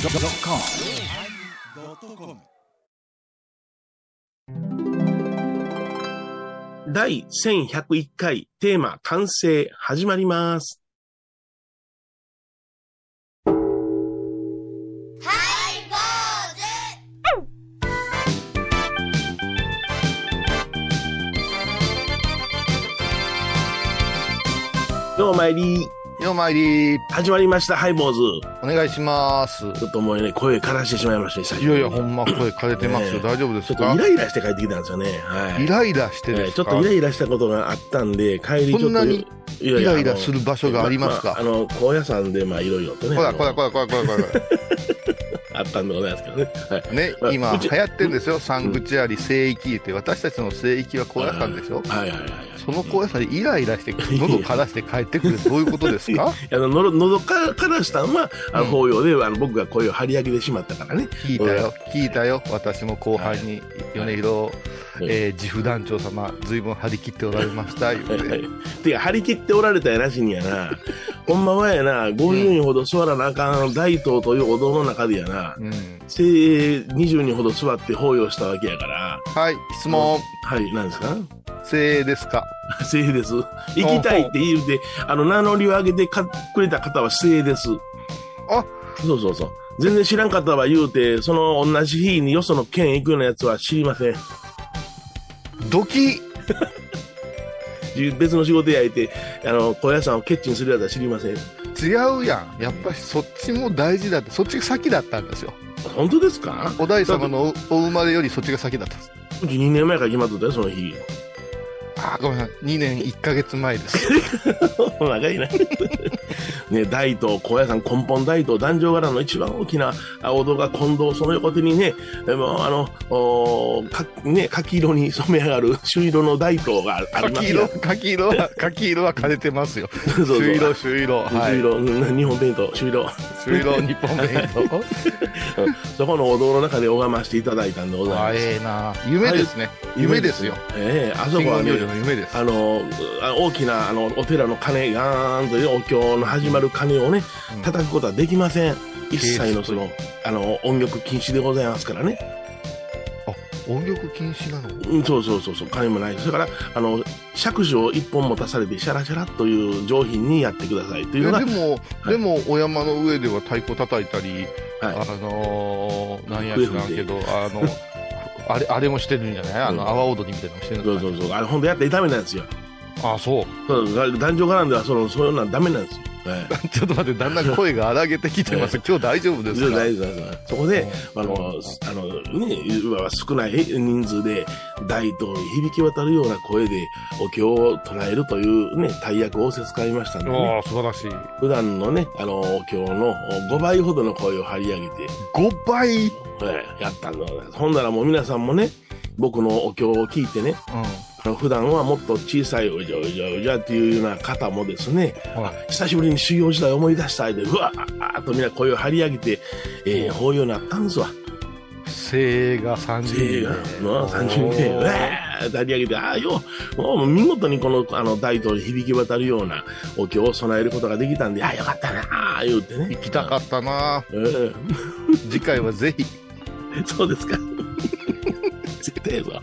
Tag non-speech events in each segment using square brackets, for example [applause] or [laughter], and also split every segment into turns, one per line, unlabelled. yosmir
第1101回テーマ、単成、始まります。どうも、まいり。
ようまいり、
始まりました、ハイボーズ。
お願いします。
ちょっともうね、声枯らしてしまいました、久々
いや
に
いや、ほんま声枯れてますよ。
ねえ
大丈夫です
ちょっと
か
イライラして帰ってきたんですよね。はい。
イライラして
え
で
ー
す
ちょ
か
っとイライラしたことがあったんで、帰りちょっと。
こんなに
イ
イライラする場所があります
あ
か
の、あの高野山で、まあ、いろいろとね。
ほ
あ
ら、
の
ほら、ほら、ほら、ほら、ほ
あったんでございますけどね。はい。
ら。ね
まあ、
今
うち
流行ってんですよ。サンクチュアリ聖域って、私たちの聖域は高野山でしょ
はいはいはいはい。
その高野山でイライラして、喉枯らして帰ってくる、どういうことですか
あの、のど、のどか、からしたんは、あの、
うん
法要で、あの、僕が声を張り上げてしまったからね。
聞いた
[laughs]
よ、聞いたよ。私も後輩に、米広、えー自負団長様、随分張り切っておられました、言う
はいは
て
い。。てか、張り切っておられたやらしいんやな。ほんまはやな、50人ほど座らなあかん、大東というお堂の中でやな、
うん。
せい20人ほど座って法要したわけやから、
はい、質問、
はい、なんですか [laughs]
せいですか
精鋭です。行きたいって言うて、あの、名乗りを上げてかくれた方は精鋭です。
あ
そうそうそう。全然知らん方は言うて、その同じ日によその県行くようなやつは知りません。
ドキ
じ別の仕事やいて、あの、小屋さんをケッチンするやつは知りません。
違うやんやっぱりそっちも大事だってそっちが先だったんですよ
本当ですか
お大様のおお生まれよりそっちが先だったんです
うち2年前から決まっとったよ、その日。
ああごめんなさい2年1ヶ月前です
長いな。 [laughs] ね、大東、高野山、根本大東、壇上柄の一番大きな青堂が近藤、その横手にね、えもうあの、おーかね、柿色に染め上がる、朱色の大東 [laughs] があありま
柿
す
色
よ。
柿色は柿色は枯れてますよ
[laughs] そうそう
朱色朱色は
朱
い
色、うん日本弁当、朱色。
朱色日本弁
そこのお堂の中で拝ましていただいたんでご
当
[laughs] ざい
あ
ます。
ええな夢ですね夢ですよ。
ええあそ
金
こは
言
ね
明、星の夢です
あの、あ大きな、あの、お寺の鐘、ガーンというお経の始まる鐘をね、
うん
叩くことはできません。一切のそ
え
の、あの、音楽禁止でございますからね。
音曲禁止なの
うん、そうそうそうそう、金もないです。だから、あの、尺子を一本持たされて、シャラシャラという上品にやってくださいというのが
えで、も
はい
でもお山の上では太鼓叩いたり
はい
あのー、なんや知らんけど、あの、 [laughs] あれ、あれもしてるんじゃないあ
うん
の、阿波踊りみたいなのもしてる
そ
ん
う
じ
そ
ゃ
うそう、あれ、ほんとやって痛めなんですよ。
ないあ、そう。
そうだ男女絡んでは、その、そういうのはダメなんですよ。はい。
[laughs] ちょっと待って、だんだん声が荒げてきてます。今日大丈夫ですか
大丈夫大丈夫そこで、あの、あの、ね、いわば少ない人数で、大東に響き渡るような声で、お経を唱えるというね、大役を仰せつかりましたんでね、
ああ、素晴らしい。
普段のね、あの、お経の5倍ほどの声を張り上げて、
5倍、
ええやったんでございます。ほんならもう皆さんもね、僕のお経を聞いてね、あの普段はもっと小さいおじゃおじゃおじゃっていうような方もですね、
はい
あ久しぶりに修行時代を思い出したいで、うわーっとみんな声を張り上げて、えー、法要になったんですわ。
精鋭が30人
せーが、まあ、30人で、うわーって張り上げて、ああよ、もう見事にこの、あの、大東に響き渡るようなお経を備えることができたんで、ああ、よかったなー、言うてね。
行きたかったな
ええ
次回はぜひ。
[laughs] そうですか。絶対やぞ。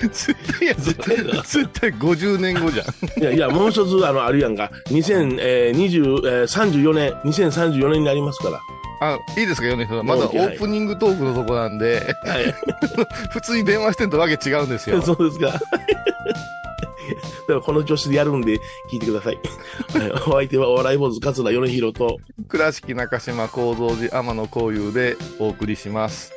絶対や、絶対、絶対50年後じゃん。
いや、いや、もう一つ、あの、あるやんか。2034年、2034年になりますから。
あいいですか、米広さん。まだオープニングトークのとこなんで、
はい。
[laughs] 普通に電話してんとわけ違うんです
[laughs]
よ。
そうですか。だからこの調子でやるんで、聞いてくだ
[laughs]
さい。はいお相手はお笑い坊主、桂米広と。
倉敷中島幸三寺天野幸雄でお送りします。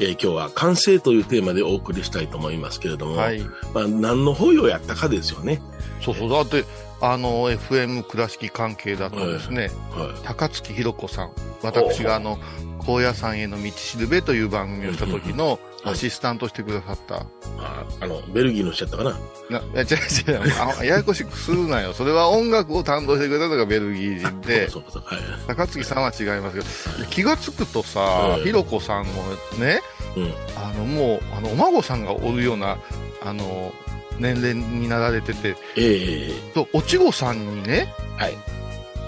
えー今日は完成というテーマでお送りしたいと思いますけれども、
はい。
まあ、何の法要やったかですよね。
そうそう。だって、あの、FM 倉敷関係だとですね、
は
高槻ひろ子さん。私があの、高野山への道しるべという番組をした時の
うん
アシスタントしてくださった。
い。まあ、あの、ベルギーの人やったかな。
な、いや違う違うあ。ややこしくするなよ。それは音楽を担当してくれたのがベルギー人
[laughs]
で、
そうかそうか。はい。
高槻さんは違いますけど、気がつくとさ、
うん
ひろ子さんもね、
うん。
あの、もう、あの、お孫さんがおるような、あの、年齢になられてて、
ええ
と、おちごさんにね、
はい。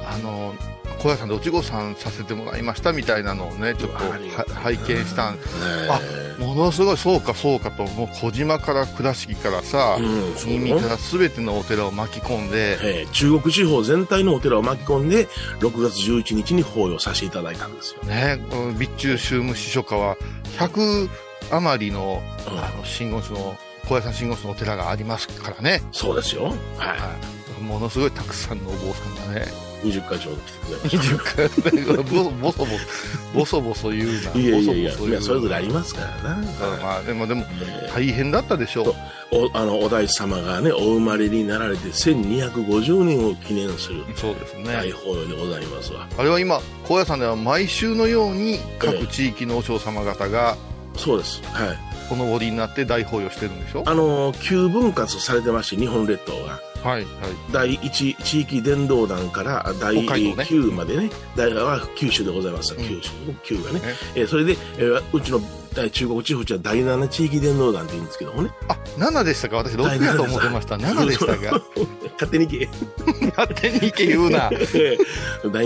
あの、小屋さんでおちごさんさせてもらいましたみたいなのをね、ちょっと
ありが
は
たい
拝見したんあ
え
ものすごい、そうかそうかと、もう小島から倉敷からさ
え、うん、そう
新見からすべてのお寺を巻き込んで、
えー中国地方全体のお寺を巻き込んで、6月11日に法要させていただいたんですよ。
ね、この備中宗務司書家は100余りの
うん
あの真言宗の高野山真言宗のお寺がありますからね、
そうですよ。は
はい、ものすごいたくさんのお坊さんがね [laughs]
い。20回以上来てくれまし
20回ボソボソボソボソ言うな
た。いやいやいや、
ボソボソ
い
言う
や
な
それぞれありますからな。
まあでもでも
えー
大変だったでしょう
おあのお大師様がね、お生まれになられて1250年を記念する
そうですね、
大法要でございますわ。
あれは今高野山では毎週のように各地域のお嬢様方が
そうです。はい。
この折になって大法要してるんでしょ
あのー、旧分割されてまして、日本列島が。
はいはい
第1地域伝道団から第
北海道ね
9までね、大学は九州でございます、
ん
九州、九がね
ね、
えーそれで、えーうちの大中国地方は第7地域伝道団って言うんですけどもね、
あ7でしたか私6やと思ってました7でしたか
勝手に行け、
[laughs] 勝手に行け言
[laughs]
うな
第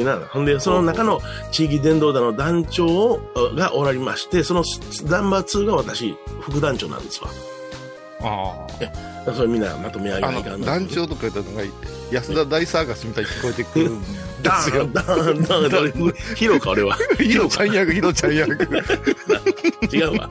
7、ほんで、その中の地域伝道団の団長をがおられまして、そのナンバー2が私、副団長なんですわ、
あ
だからそれみんなまとめ上げ
あ
ないか
の
んな
団長とか言ったのが安田大サーカスみたいに聞こえてくるんで
ダ
す
ー
よ
ン、ダーン、ダーン、ダーン、広か、俺は。
ひろちゃん役ひろちゃん役
違う
[laughs]
わ。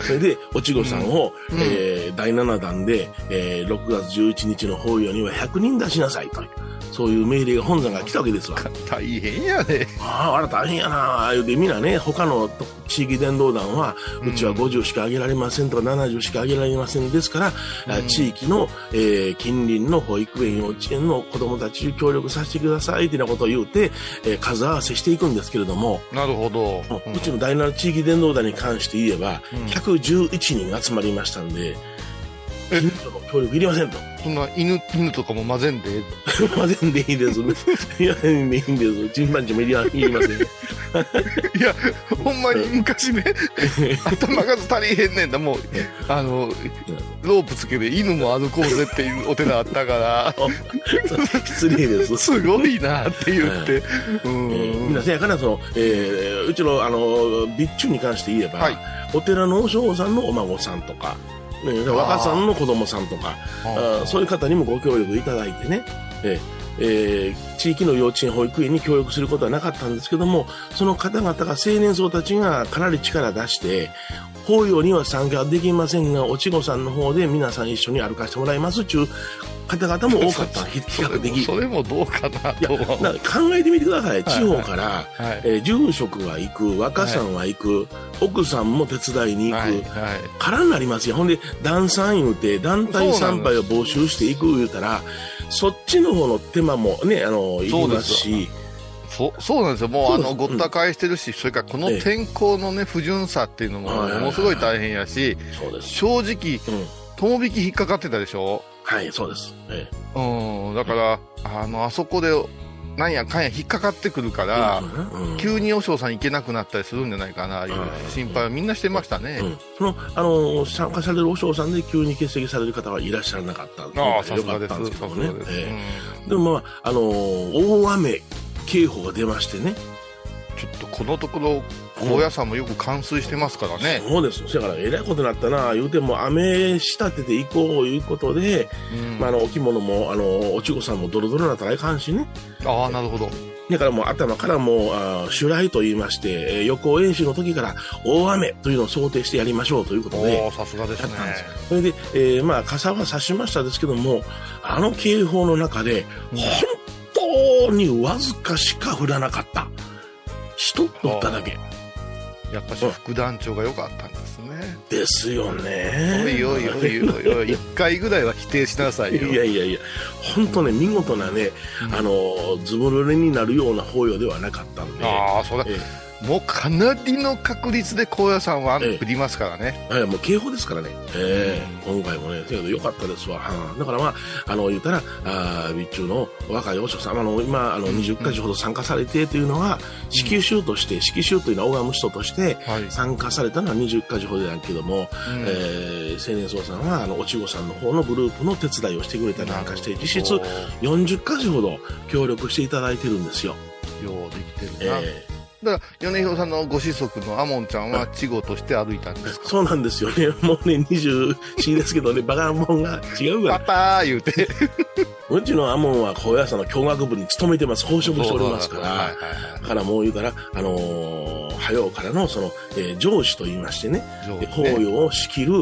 それで、おちごさんを、
うん
えー第7弾で、えー6月11日の法要には100人出しなさいという、そういう命令が本山が来たわけですわ。
[laughs] 大変やで
ああ、あら大変やなあ、言うて、みんなね、他のと地域伝道団は、
うん
うちは50しかあげられませんとか、70しかあげられませんですから、あ
うん
地域の、えー近隣の保育園、幼稚園の子供たちに協力させてください、というようなことを言うて、えー数合わせしていくんですけれども、
なるほど
うちの第7地域伝道団に関して言えば、
うん
111人集まりましたんで、
え
近所の協力いりませんと。 [laughs]
そんな犬犬とかも混ぜんで
ませんでいいです。 [laughs] いや、いいんです。チンパンジーもいりまいりません。 [laughs]
いやほんまに昔ね頭数足りへんねんだもうあのロープつけて犬も歩こうぜっていうお寺あったから
失礼です。
すごいなって言ってう
えーみん
ん
なせやからその、えーうちのあの備中に関して言えば、
はい
お寺の和尚さんのお孫さんとか、ね、若さんの子供さんとかあーそういう方にもご協力いただいてね、えーえー地域の幼稚園保育園に協力することはなかったんですけどもその方々が青年層たちがかなり力出して法要には参加できませんがおちごさんの方で皆さん一緒に歩かせてもらいますっちゅう方々も多かった比
そ
較
れも
的
それもどうかない
や
と思う
なんか考えてみてください地方から、
はい
えー住職は行く、若さんは行く、奥さんも手伝いに行く、
はいはい
からになりますよ。ほんで、団参言うて、団体参拝を募集していく言うたら、そっちの方の手間もね、あの、いりますし、
そうそうなんですよ、もうあ
そ
の
う
ご
です
った返してるし、それからこの
ええ
天候の、ね、不純さっていうのも
はいはいはい
ものすごい大変やし、
そうで。
正直、
うん。
友引き引っかかってたでしょ、
はい、そうです。ええ
うん、だから、あのあそこでなんやかんや引っかかってくるから、
うん
急に和尚さん行けなくなったりするんじゃないかな、いう
はい
心配はみんなしてましたね
う。ん、そのあの参加されるお尚さんで急に欠席される方はいらっしゃらなかったので
ああ、さ
よ
す
か
が
っ
です、
た
さ
ん
す
ですけど
が
ね、
です。
え
う
え
ん
でもまああの大雨警報が出ましてね
ちょっとこのところ、高野山もよく冠水してますからね。
そうですだからえらいことになったな言うても雨仕立てていこういうことで、
うん
まあ、あのお着物もあのおちごさんもドロドロなったらいかんしね
ああ、なるほど。
だからもう頭からもうあー襲来と言いまして、えー予行演習の時から大雨というのを想定してやりましょうということ
お
で、
お、さすがです
や。
ね
ったんですそれで、えーまあ傘は差しましたですけども、あの警報の中で、
うん
本当にわずかしか降らなかった。しとっとっただけ
やっぱし副団長が良かったんですね。
ですよね。
おいおいおいおいおい、一回ぐらいは否定しなさい
い
よ。
やいやいや、本当ね、見事なね、
うん
あの、ズボルになるような法要ではなかったんで、
ああ、それ
え、
もうかなりの確率で高野山は雨降りますからね。
えーもう警報ですからね、えー今回もね、だけどよかったですわ、はいだからまあ、あの言ったら、あー備中の若い和尚様の今、あの20か所ほど参加されてというのは、子宮衆として、子宮衆というのは拝む人として
はい。
参加されたのは20か所ほどやけども、
うん
えー青年僧さんはあのおちごさんの方のグループの手伝いをしてくれたりなんかして、実質
なるほ
40か所ほど協力していただいてるんですよ。
どようできて
え
るな。
ー
だから、米広さんのご子息のアモンちゃんは、稚語として歩いたんですか
そうなんですよね。もうね、24ですけどね、バカモンが違うから
パ。パー言うて。
うちのアモンは高野山の教学部に勤めてます、奉職しておりますか
はい
ら、
は
だからもう言うたら、あのー、早うからの、その、えー上司と言いましてね、
いはい。
で
上手
法
ね
要を仕切る、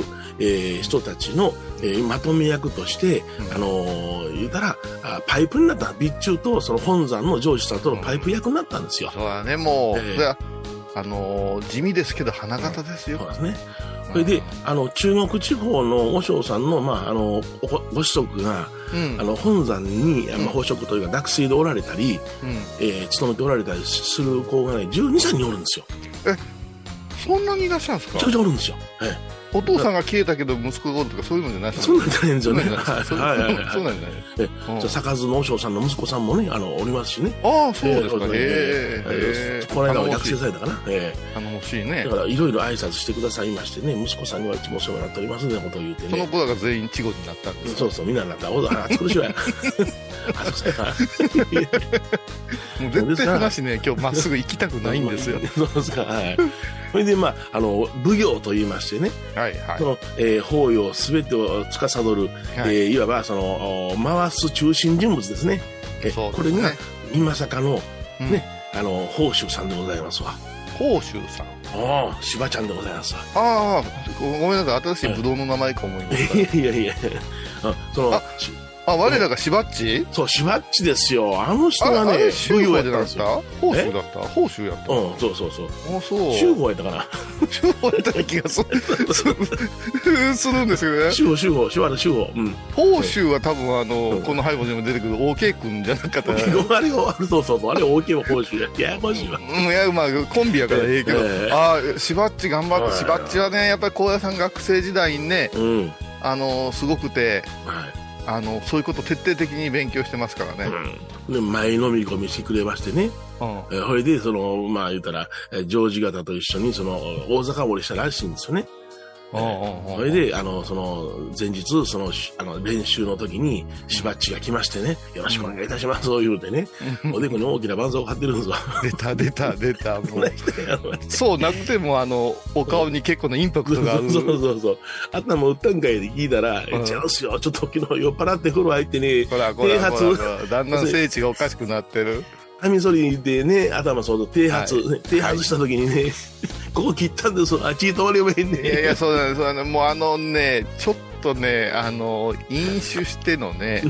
えー人たちの、えーまとめ役として、
うん
あのー言うたら、あパイプになった、備中とその本山の上司さんとのパイプ役になったんですよ。
そうだね、もう、
ええ
それはあのー地味ですけど、花形ですよ
そう。ですね。それで、あの、中国地方の和尚さんの、まあ、あの、おごご子息が、
うん、
あの、本山に、まあ
うん
奉職というか、学水でおられたり、
うん、
えー勤めておられたりする子がね、12歳におるんですよ。
そんなにいらっしゃるんです
め
か
ちゃくちゃおるんですよ。え
お父さんが消えたけど、息子がとか、そういうのじゃないで
え
す
そ
か
んなんじゃないんですよね。は
そうなんじゃないそ
いうはいはいはい。
そうなんじゃない
え
うん
じゃあ坂津の和尚さんの息子さんもね、あの、おりますしね。
ああ、そうです
え
か。へ
ー
え
えーこの間は
頼も
学
し
生
い
されたかな。え
頼もしい
え
ね
だ。から、いろいろ挨拶してくださいましてね、息子さんにはいつもお世話になっておりますみたいなことを言って
その
ね。
子らが全員稚語になったんです
そうそう、みんなになったら、おだ、あ、
[laughs]
作るしろや。あ、そうやな。
もう
そうです
絶対
か
話ね、今日まっすぐ行きたくないんですよ。。
[laughs] そうですか。はい。それで、まあ、あの、奉行と言いましてね、
はいは
その、えー、法要すべてを司る、
い。はい
えーいわばそのお回す中心人物ですね。え
そうです
これ
ね
が今坂の
うん
ね、あの宝州さんでございますわ。
甲州さん。
おお、しばちゃんでございますわ。
ああ、ごごめんなさい。新しいブドウの名前か思いました。
いやいやいや、あその
あ
し
あ、我らがしばっち
そうしばっちですよ。あの人
あれ、
が
あ
ね
れ、州
奉
法
行
じ
や
ゃ
ったん
なかっ
です
た
よ。
報酬だった報酬やった
うん、そうそうそう。
あそう。
州法やったかな。
州法やったような気がする。すするんですけどね。
州法州法しばら州法。うん。
報酬は多分あの、
うん
この背後にも出てくる OK 君じゃなかったら。
あれをあれそうそうそうあれ大きい報酬や。ややこしいわ。
うん、いや、まあ、コンビやからええけど、
ええ
ああ、しばっち頑張っ
はい
た。しばっちはね、やっぱり高野さん学生時代にね、
うん。は
あの、すごくて、
い。
あの、そういうこと徹底的に勉強してますからね。
うん、で前のみ込みしてくれましてね。
うん。
えーそれで、その、まあ言ったら、えージョージ方と一緒に、その、大阪盛りしたらしいんですよね。
うんうん
それで、あの、その、前日、その、しあの、練習の時に、しばっちが来ましてね、よろしくお願いいたします、そう言うてね、おでこに大きな絆創を貼ってるんですわ。
出た、出た、出た。もう
あの
そうなくても、あの、お顔に結構のインパク
[laughs] そ
トがあ
う
る。
そうそうそう。頭打ったんかいで聞いたら、え
うん
違うんすよ、ちょっと昨日酔っ払って風呂入ってね、
ほら、ほら、ほ
啓
ら、ほらだんだん聖地がおかしくなってる。
カミソリでね、頭そうと、低発、
は
ね低発した時にね、 [laughs] ここ切ったんですわ、あっちに通りまへんねん。
いやい
[laughs]
や、そうだね、そうだね。もうあのね、ちょっとね、あの、飲酒して
[laughs]
のね、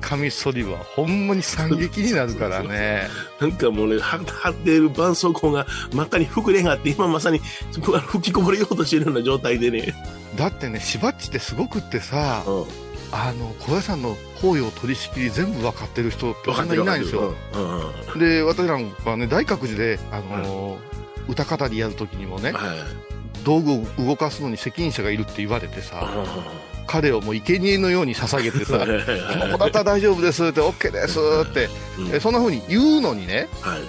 カミソリはほんまに惨劇になるからね。
なんかもうね、は張っている絆創膏が真っ赤に膨れがあって、今まさにふ吹きこぼれようとしているような状態でね。
だってね、しばっちってすごくってさ、
うん。
あの、小屋さんの法要取り仕切り全部分かってる人ってそんなにいないんですよ。。
うんうん。は
で、私らはね、大覚寺で、あの、歌語りやる時にもね、
い。
道具を動かすのに責任者がいるって言われてさ、
う
彼をもう生贄のように捧げて
ん
さ、
[laughs] はいはい
こ
はい
こだったら大丈夫ですって、OK ですって、
うん
えそんな風に言うのにね、
はい。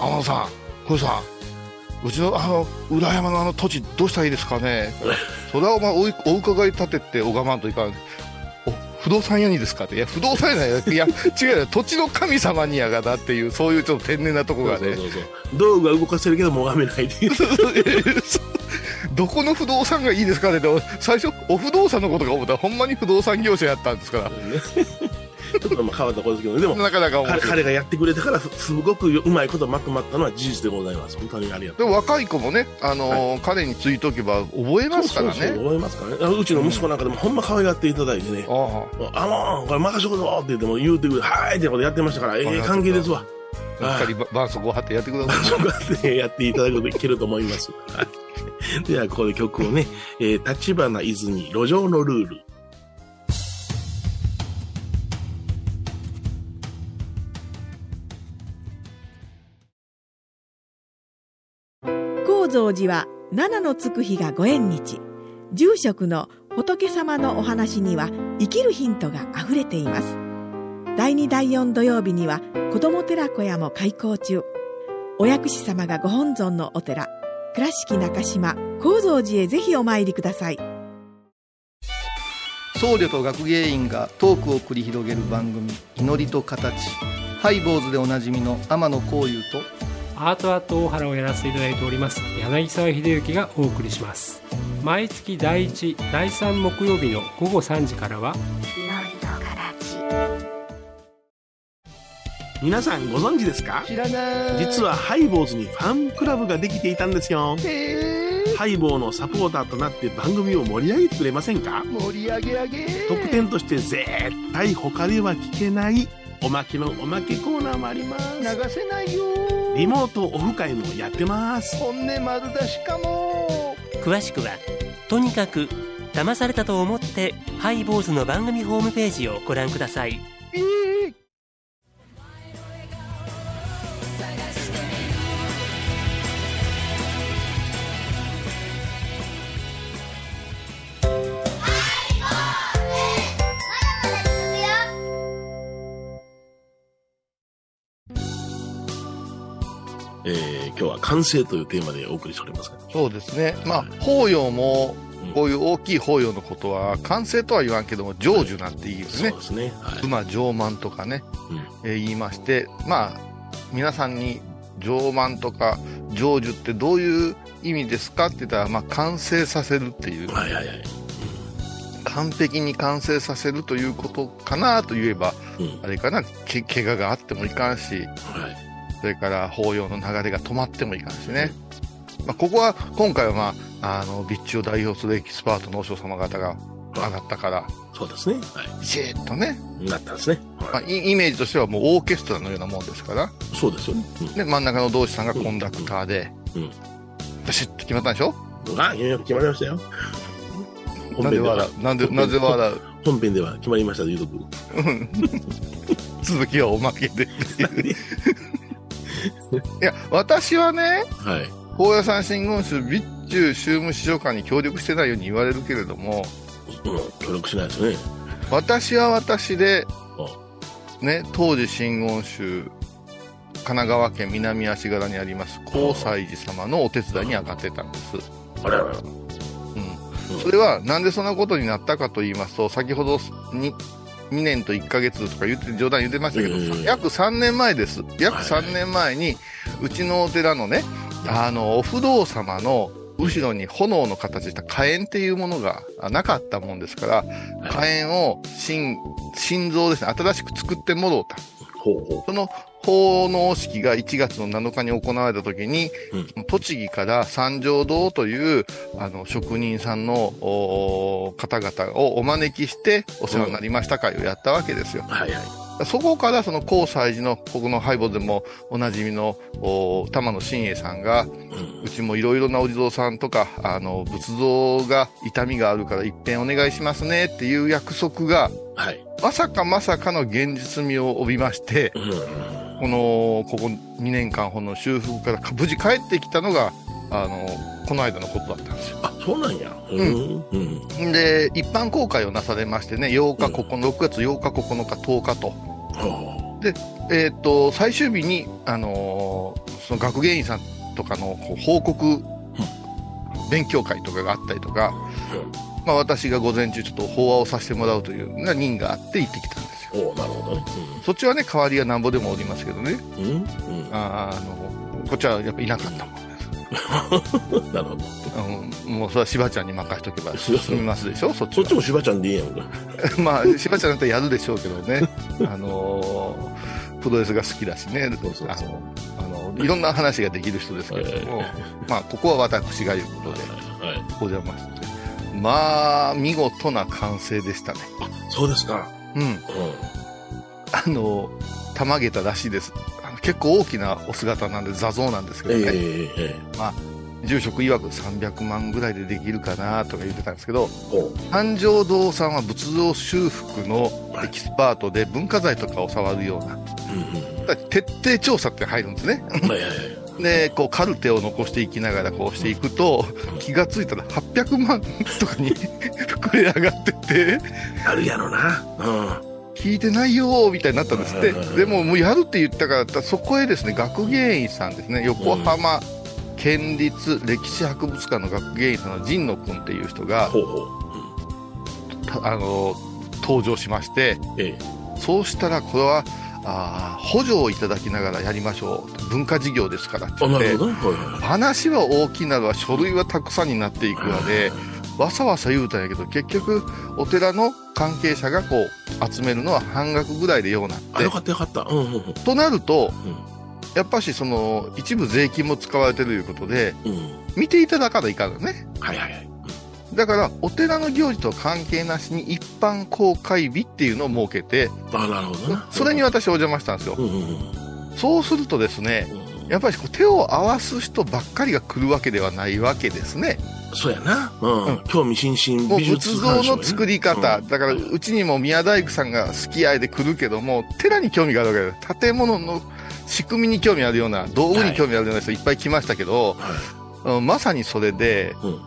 天野さん、小さん、うちのあの裏山のあの土地、どうしたらいいです
[laughs]
かね、それはお前おい、お伺い立てて拝まんといかん、お不動産屋にですかって、いや、不動産屋にはいや、違うよ、土地の神様にやがだっていう、そういうちょっと天然なとこ
そ
が
うそう
ね、
そうそう。道具は動かせるけど、もがめないっていう。
[laughs] どこの不動産がいいですかねって、最初、お不動産のことが思ったら、ほんまに不動産業者やったんですか
ちょっとまあ変わったことですけどね。で
ら、
も、
なかなか面
彼
白い。
彼がやってくれたから、すごくうまいことまとまったのは事実でございます。本当にありがとう
でも若い子もね、あのー彼についとけば覚えますからね。
そうそうそう思いますからね。あうちの息子なんかでもほんま可愛がっていただいてね。
ああ
あのこれ任せとくぞって言っても言うてくれ、はーいってことやってましたから、ええ関係ですわ。 [laughs]
しっかりば絆創膏貼ってやってください。
そうかってやっていただくといけると思います。はいでは、ここで曲をね、えー、立花泉、路上のルール。
高蔵寺は七のつく日がご縁日住職の仏様のお話には生きるヒントがあふれています第2第4土曜日には子ども寺小屋も開校中お薬師様がご本尊のお寺倉敷中島・高蔵寺へぜひお参りください
僧侶と学芸員がトークを繰り広げる番組「祈りと形」ハイ坊主でおなじみの天野幸雄と
アートアート大原をやらせていただいております柳沢秀幸がお送りします毎月第1第3木曜日の午後3時からは
皆さんご存知ですか
知らない
実はハイボーズにファンクラブができていたんですよハイボーのサポーターとなって番組を盛り上げてくれませんか
盛り上げ上げ
特典として絶対他では聞けないおまけのおまけコーナーもあります
流せないよ
リモートオフ会もやってます
本音丸出しかも
詳しくはとにかく騙されたと思ってハイボーズの番組ホームページをご覧ください
えー、今日は完成というテーマでお送りしておりますが
そうですね。まあ、法要も、こういう大きい法要のことは、完成とは言わんけども、成就なんて言いですね
そう。ですねはい
馬上満とかね、えー言いまして、まあ、皆さんに上満とか成就ってどういう意味ですかって言ったら、まあ、完成させるっていう、
はいはいはい
完璧に完成させるということかなと言えば、
うん
あれかな、け怪我があってもいかんし、
はい
それから法要の流れが止まってもいかんしね。まあ、ここは、今回はまあ、あの、備中を代表するエキスパートのお嬢様方が上がったから、
そうですねは
じーっとね、
いなったんですね、
まあ、
はい
イイメージとしてはもうオーケストラのようなもんですから、
そうですよね、
で、真ん中の同志さんがコンダクターで、
うんうん
バシッと決まったんでしょ
うん、あ決まりましたよ
な
本
んで
編では
笑うなんで、なぜ笑う
本編では決まりましたというとこ
続きはおまけで。いや、私はね、
はい
高野山真言宗備中宗務司書官に協力してないように言われるけれども、
うん、協力しないですね。
私は私で、ね、当時真言宗、神奈川県南足柄にあります高西寺様のお手伝いに上がってたんです。
あれあれあれ
うん、それはなんでそんなことになったかと言いますと先ほどに2年と1ヶ月とか言って冗談言ってましたけど、
ええ
約3年前です約3年前にうちのお寺のねあのお不動様の後ろに炎の形した火炎っていうものがあなかったもんですから火炎を心心臓ですね新しく作ってもろうた
ほうほ
その奉納式が1月の7日に行われた時に、
うん
その栃木から三条堂というあの職人さんのおー方々をお招きしてお世話になりました会をやったわけですよ。
う。はいはい。
そこからその高西寺のここのハイボーズでもおなじみのおー玉野真栄さんが
うん
うちもいろいろなお地蔵さんとかあの仏像が痛みがあるから一遍お願いしますねっていう約束が
はい。
まさかまさかの現実味を帯びまして、
うんうん
このここ2年間ほんの修復から無事帰ってきたのがあのこの間のことだったんですよ
あ、そうなんや。うんん。うん。
で一般公開をなされましてね8日9 6月8日9日10日と,、
ほ
えー、と最終日に、あのーその学芸員さんとかのこう報告勉強会とかがあったりとか、まあ、私が午前中ちょっと法話をさせてもらうというような任があって行ってきたんですよ
う。ほう、なるほどね。
そっちはね代わりがなんぼでもおりますけどね
うん。うん。うん
あーあのこっちはやっぱいなかったもんです
なるほど。
うんもうそれはしばちゃんに任しとけば済みますでしょ、そっち
そっ
は
ちもしばちゃんでいいやんか。
[laughs] まあ、しばちゃんだったらやるでしょうけど
[laughs]
ね、あのープロレスが好きだしね、
そうそうそう
あのあのいろんな話ができる人ですけれども、まあ、ここは私が言うことで、
はい。
お邪魔して、まあ、見事な完成でしたね。
そうですか。
うん、
う
あのー、たまげたらしいです。あの結構大きなお姿なんで、座像なんですけ
ん。え
ど
え
ね。
ええええ。
住職曰く300万ぐらいでできるかなとか言ってたんですけど、
ほう。
三条堂さんは仏像修復のエキスパートで文化財とかを触るような、
うん
だから徹底調査って入るんですね。 [laughs]
うん。はいはいはい。
でこうカルテを残していきながらこうしていくと気がついたら800万とかに [laughs] 膨れ上がってて
あるやろな。うん。
聞いてないよーみたいになったんですって
うん
でももうやるって言ったからそこへですね学芸員さんですね横浜県立歴史博物館の学芸員さんの神野君っていう人が
ほうほう。
たあの登場しまして
うん、ええ。
そうしたらこれはあー補助をいただきながらやりましょう文化事業ですからって
あ、
言
な
って
るほどね。はいはい
話は大きいなるわ書類はたくさんになっていくわでわさわさ言うたんやけど結局お寺の関係者がこう集めるのは半額ぐらいでようなっ
あ、よ
て
かったよかった。うんうんうん。
となると、
うん
やっぱしその一部税金も使われてるということで
うん。
見ていただかないかんのね
はいはいはい。
だからお寺の行事とは関係なしに一般公開日っていうのを設けて
あ、なるほどな。
それに私お邪魔したんですよ
うんうんうん。
そうするとですね
うん
やっぱりこう手を合わす人ばっかりが来るわけではないわけですね
そうやな。う。
うん
興味津々
もう
美術
仏像の作り方、
鑑賞
だから
やねうん
うちにも宮大工さんが好き合いで来るけども寺に興味があるわけだ建物の仕組みに興味あるような道具に興味あるような人いっぱい来ましたけど、
はい
うんまさにそれで、
うん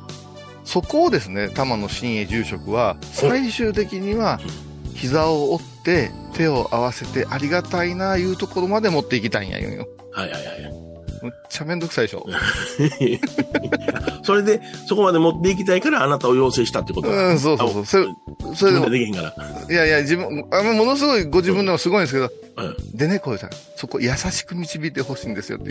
そこをですね玉野真栄住職は最終的には膝を折って手を合わせてありがたいないうところまで持っていきたいんやよ
はいはいはい。
むっちゃめんどくさいでしょ
それで、そこまで持っていきたいから、あなたを要請したってことだ
うんそうそうそうそれそ
自
れで
分
も
でできへんから。
いやいや自分あのものすごいご自分でもすごいんですけど
うん。
でね、こうさん、そこ優しく導いてほしいんですよって。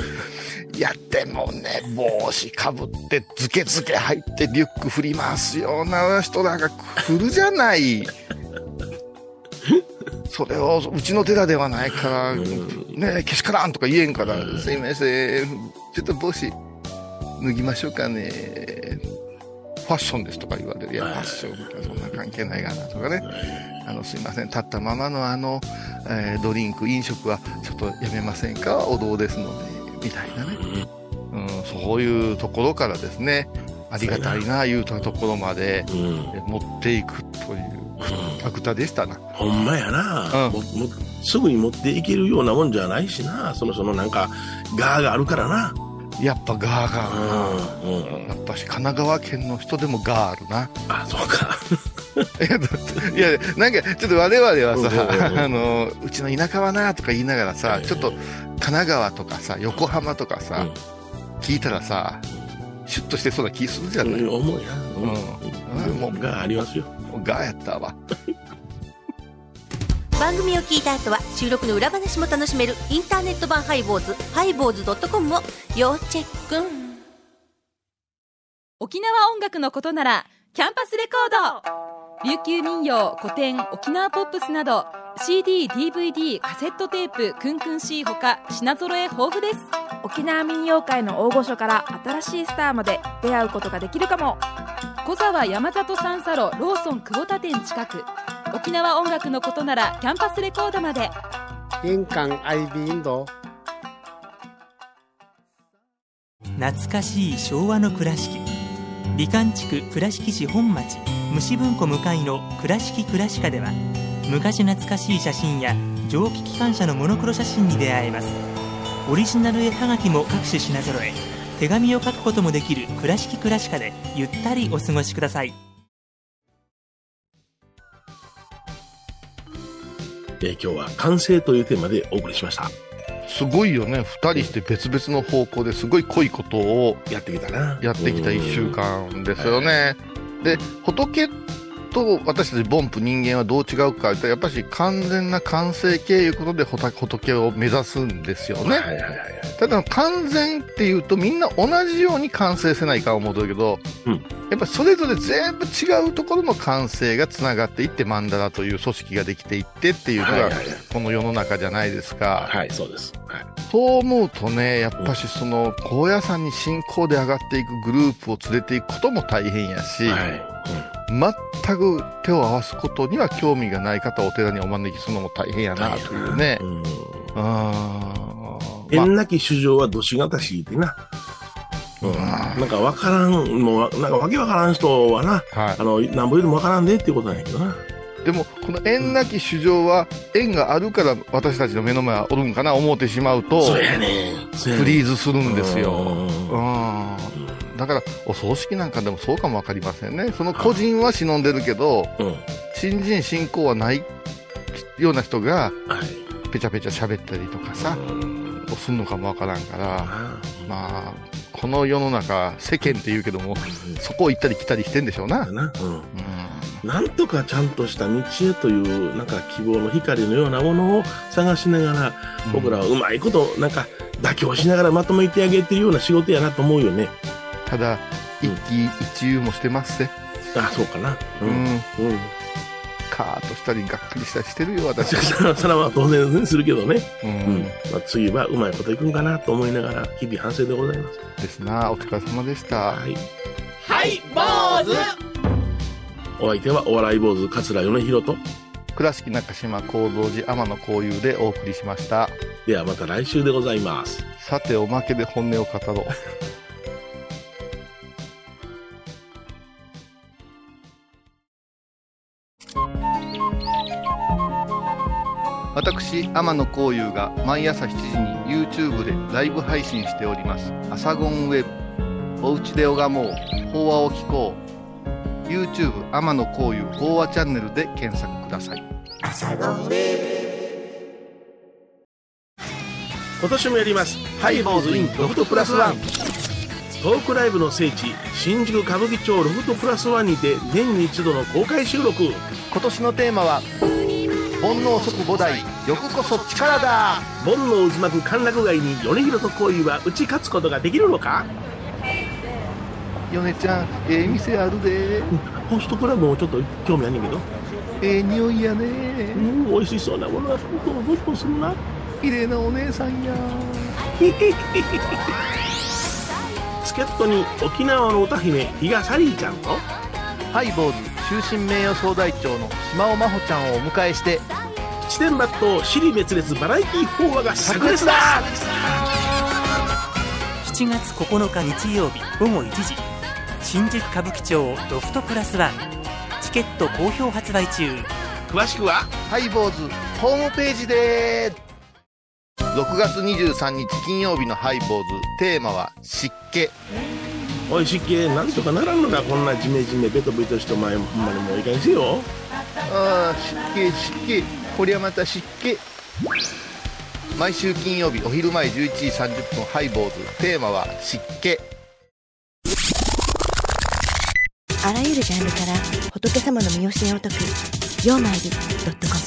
いや、でもね、帽子かぶって、ズケズケ入って、リュック振り回すような人らが来るじゃない。 [laughs] それを、うちの寺ではないから、
うん
ね、けしからんとか言えんから
うん、
すいません、ちょっと帽子、脱ぎましょうかね。ファッションですとか言われる。いや、
は
フ
い
ァッションそんな関係ないがなとかね。あの、すいません、立ったままのあの、えードリンク、飲食はちょっとやめませんかお堂ですので、みたいなね。うん、そういうところからですね、ありがたいな、いうたところまで
うん。うん。
え持っていくという、悪田でしたな。
ほんまやな、
うん
ももすぐに持っていけるようなもんじゃないしな。その人のなんか、ガーがあるからな。
やっぱガーガーな。
うん。うん。
やっぱし神奈川県の人でもガーある
[laughs]
な。
あ、そうか。
いやだっていや、なんか、ちょっと我々は
うんうんうん
さ、あの、うちの田舎はなとか言いながらさ、
うん
ちょっと神奈川とかさ、横浜とかさ、聞いたらさ、シュッとしてそうな気するじゃない、
うん、思うや。
うん
うん。もう、ガーありますよ。
ガーやったわ。
番組を聞いた後は収録の裏話も楽しめるインターネット版ハイボーズハイボーズドットコムを要チェック
沖縄音楽のことならキャンパスレコード琉球民謡古典沖縄ポップスなど CDDVD カセットテープクンクン C ほか品揃え豊富です
沖縄民謡界の大御所から新しいスターまで出会うことができるかも
小沢山里三佐路ローソン久保田店近く沖縄音楽のことならキャンパスレコードまで
玄関アイビーインド
懐かしい昭和の倉敷美観地区倉敷市本町虫文庫向かいの「倉敷倉歯科」では昔懐かしい写真や蒸気機関車のモノクロ写真に出会えますオリジナル絵はがきも各種品揃え手紙を書くこともできる「倉敷倉歯科」でゆったりお過ごしください
えー今日は完成というテーマでお送りしました。
すごいよね。二人して別々の方向ですごい濃いことを
やってきたな。
やってきた一週
うん。
間ですよね。で、仏と私たち凡夫人間はどう違うかってやっぱし完全な完成形いうことで仏仏を目指すんですよ
は
ね。
いはいはいはい。
ただ完全っていうとみんな同じように完成せないか思うとるけど、
うん
やっぱそれぞれ全部違うところの完成がつながっていってマンダラという組織ができていってっていうの
はいは
が
いはい
この世の中じゃないですか、
はい、そうです。はい。
そう思うとねやっぱしその高野山に信仰で上がっていくグループを連れていくことも大変やし、
はい。
全く手を合わすことには興味がない方をお寺にお招きするのも大変やなというね。
うん。
あーまあ
縁なき主情はどしがたしってな。うん。なんかわからん、もうわ、なんかわけわからん人はな、
はい
あの、なんぼよりもわからんでっていうことなんやけどな。
でもこの縁なき主情は縁があるから私たちの目の前はおるんかな思ってしまうと
そうやねそうやね
フリーズするんですよ
うん
うんだからお葬式なんかでもそうかも分かりませんねその個人は忍んでるけど、新人信仰はないような人がぺちゃぺちゃ喋ったりとかさ、すんのかもわからんから、まあこの世の中世間って言うけども、そこを行ったり来たりしてんでしょうな、
うんなんとかちゃんとした道へというなんか希望の光のようなものを探しながら僕らはうまいことなんか妥協しながらまとめてあげてるような仕事やなと思うよね
ただ一喜一憂もしてますせ、
あそうかな
う
うんん、
カーッとしたりがっくりしたりしてるよ私
それは当然ねするけどね、
うん
まあ、次はうまいこといくんかなと思いながら日々反省でございます
ですなお疲れ様でしたはい
はい坊主
お相手はお笑い坊主桂米宏と
倉敷中島幸三寺天野幸雄でお送りしました
ではまた来週でございます
さておまけで本音を語ろう
私天野幸雄が毎朝7時に YouTube でライブ配信しております「アサゴンウェブ」「おうちで拝もう法話を聞こう」YouTube 天野幸雄法話チャンネルで検索ください
今年もやりますハイボーズインロフトプラスワントークライブの聖地新宿歌舞伎町ロフトプラスワンにて年に一度の公開収録
今年のテーマは
煩悩即五代欲こそ力だ煩悩渦巻く歓楽街に米広と恋は打ち勝つことができるのか
ヨネちゃんええ店あるで
ホストクラブもちょっと興味あんねんけど
ええ匂いやね
うん美味しそうなものは本当ホイホイするな
綺麗なお姉さんや
助っ人に沖縄の歌姫比嘉サリーちゃんと
ハイボーズ終身名誉総代長の島尾真帆ちゃんをお迎えして
七点抜刀私利滅裂バラエティ法話が炸裂だ
7月9日日曜日午後1時新宿歌舞伎町ロフトプラスワンチケット好評発売中
詳しくは
ハイボーズホームページで6月23日金曜日のハイボーズテーマは湿気
おい湿気なんとかならんのかこんなジメジメベトベトしてお前ほんまにもういいかにせよ
ああ湿気湿気こりゃまた湿気毎週金曜日お昼前11時30分ハイボーズテーマは湿気
あらゆるジャンルから仏様の身教えを解く「曜マイルドットコム」